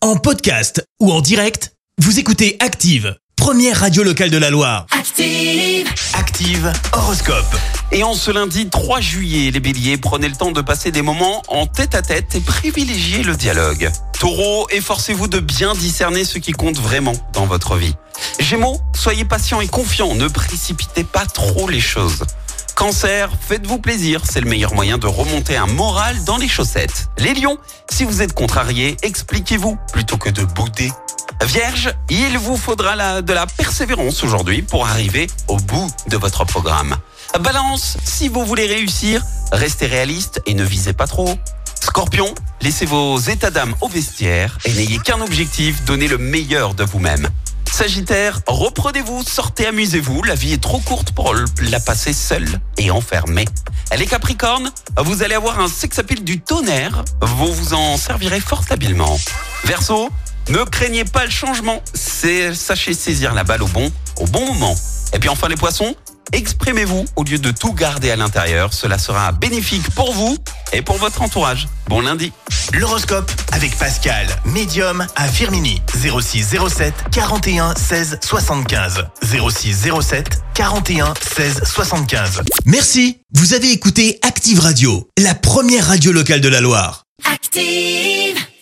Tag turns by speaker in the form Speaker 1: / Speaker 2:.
Speaker 1: En podcast ou en direct, vous écoutez Active, première radio locale de la Loire.
Speaker 2: Active.
Speaker 3: Active Horoscope. Et en ce lundi 3 juillet, les béliers, prenez le temps de passer des moments en tête à tête et privilégiez le dialogue. Taureau, efforcez-vous de bien discerner ce qui compte vraiment dans votre vie. Gémeaux, soyez patient et confiant, ne précipitez pas trop les choses. Cancer, faites-vous plaisir, c'est le meilleur moyen de remonter un moral dans les chaussettes. Les lions, si vous êtes contrariés, expliquez-vous plutôt que de bouder. Vierge, il vous faudra la- de la persévérance aujourd'hui pour arriver au bout de votre programme. Balance, si vous voulez réussir, restez réaliste et ne visez pas trop. Scorpion, laissez vos états d'âme au vestiaire et n'ayez qu'un objectif, donnez le meilleur de vous-même. Sagittaire, reprenez-vous, sortez, amusez-vous, la vie est trop courte pour l- la passer seule et enfermée. Les Capricornes, vous allez avoir un sex appeal du tonnerre, vous vous en servirez fort habilement. Verseau, ne craignez pas le changement, c'est sachez saisir la balle au bon, au bon moment. Et puis enfin les poissons, exprimez-vous au lieu de tout garder à l'intérieur, cela sera bénéfique pour vous et pour votre entourage. Bon lundi.
Speaker 4: L'horoscope avec Pascal, médium à Firmini. 06 07 41 16 75. 06 07 41 16 75.
Speaker 1: Merci, vous avez écouté Active Radio, la première radio locale de la Loire.
Speaker 2: Active.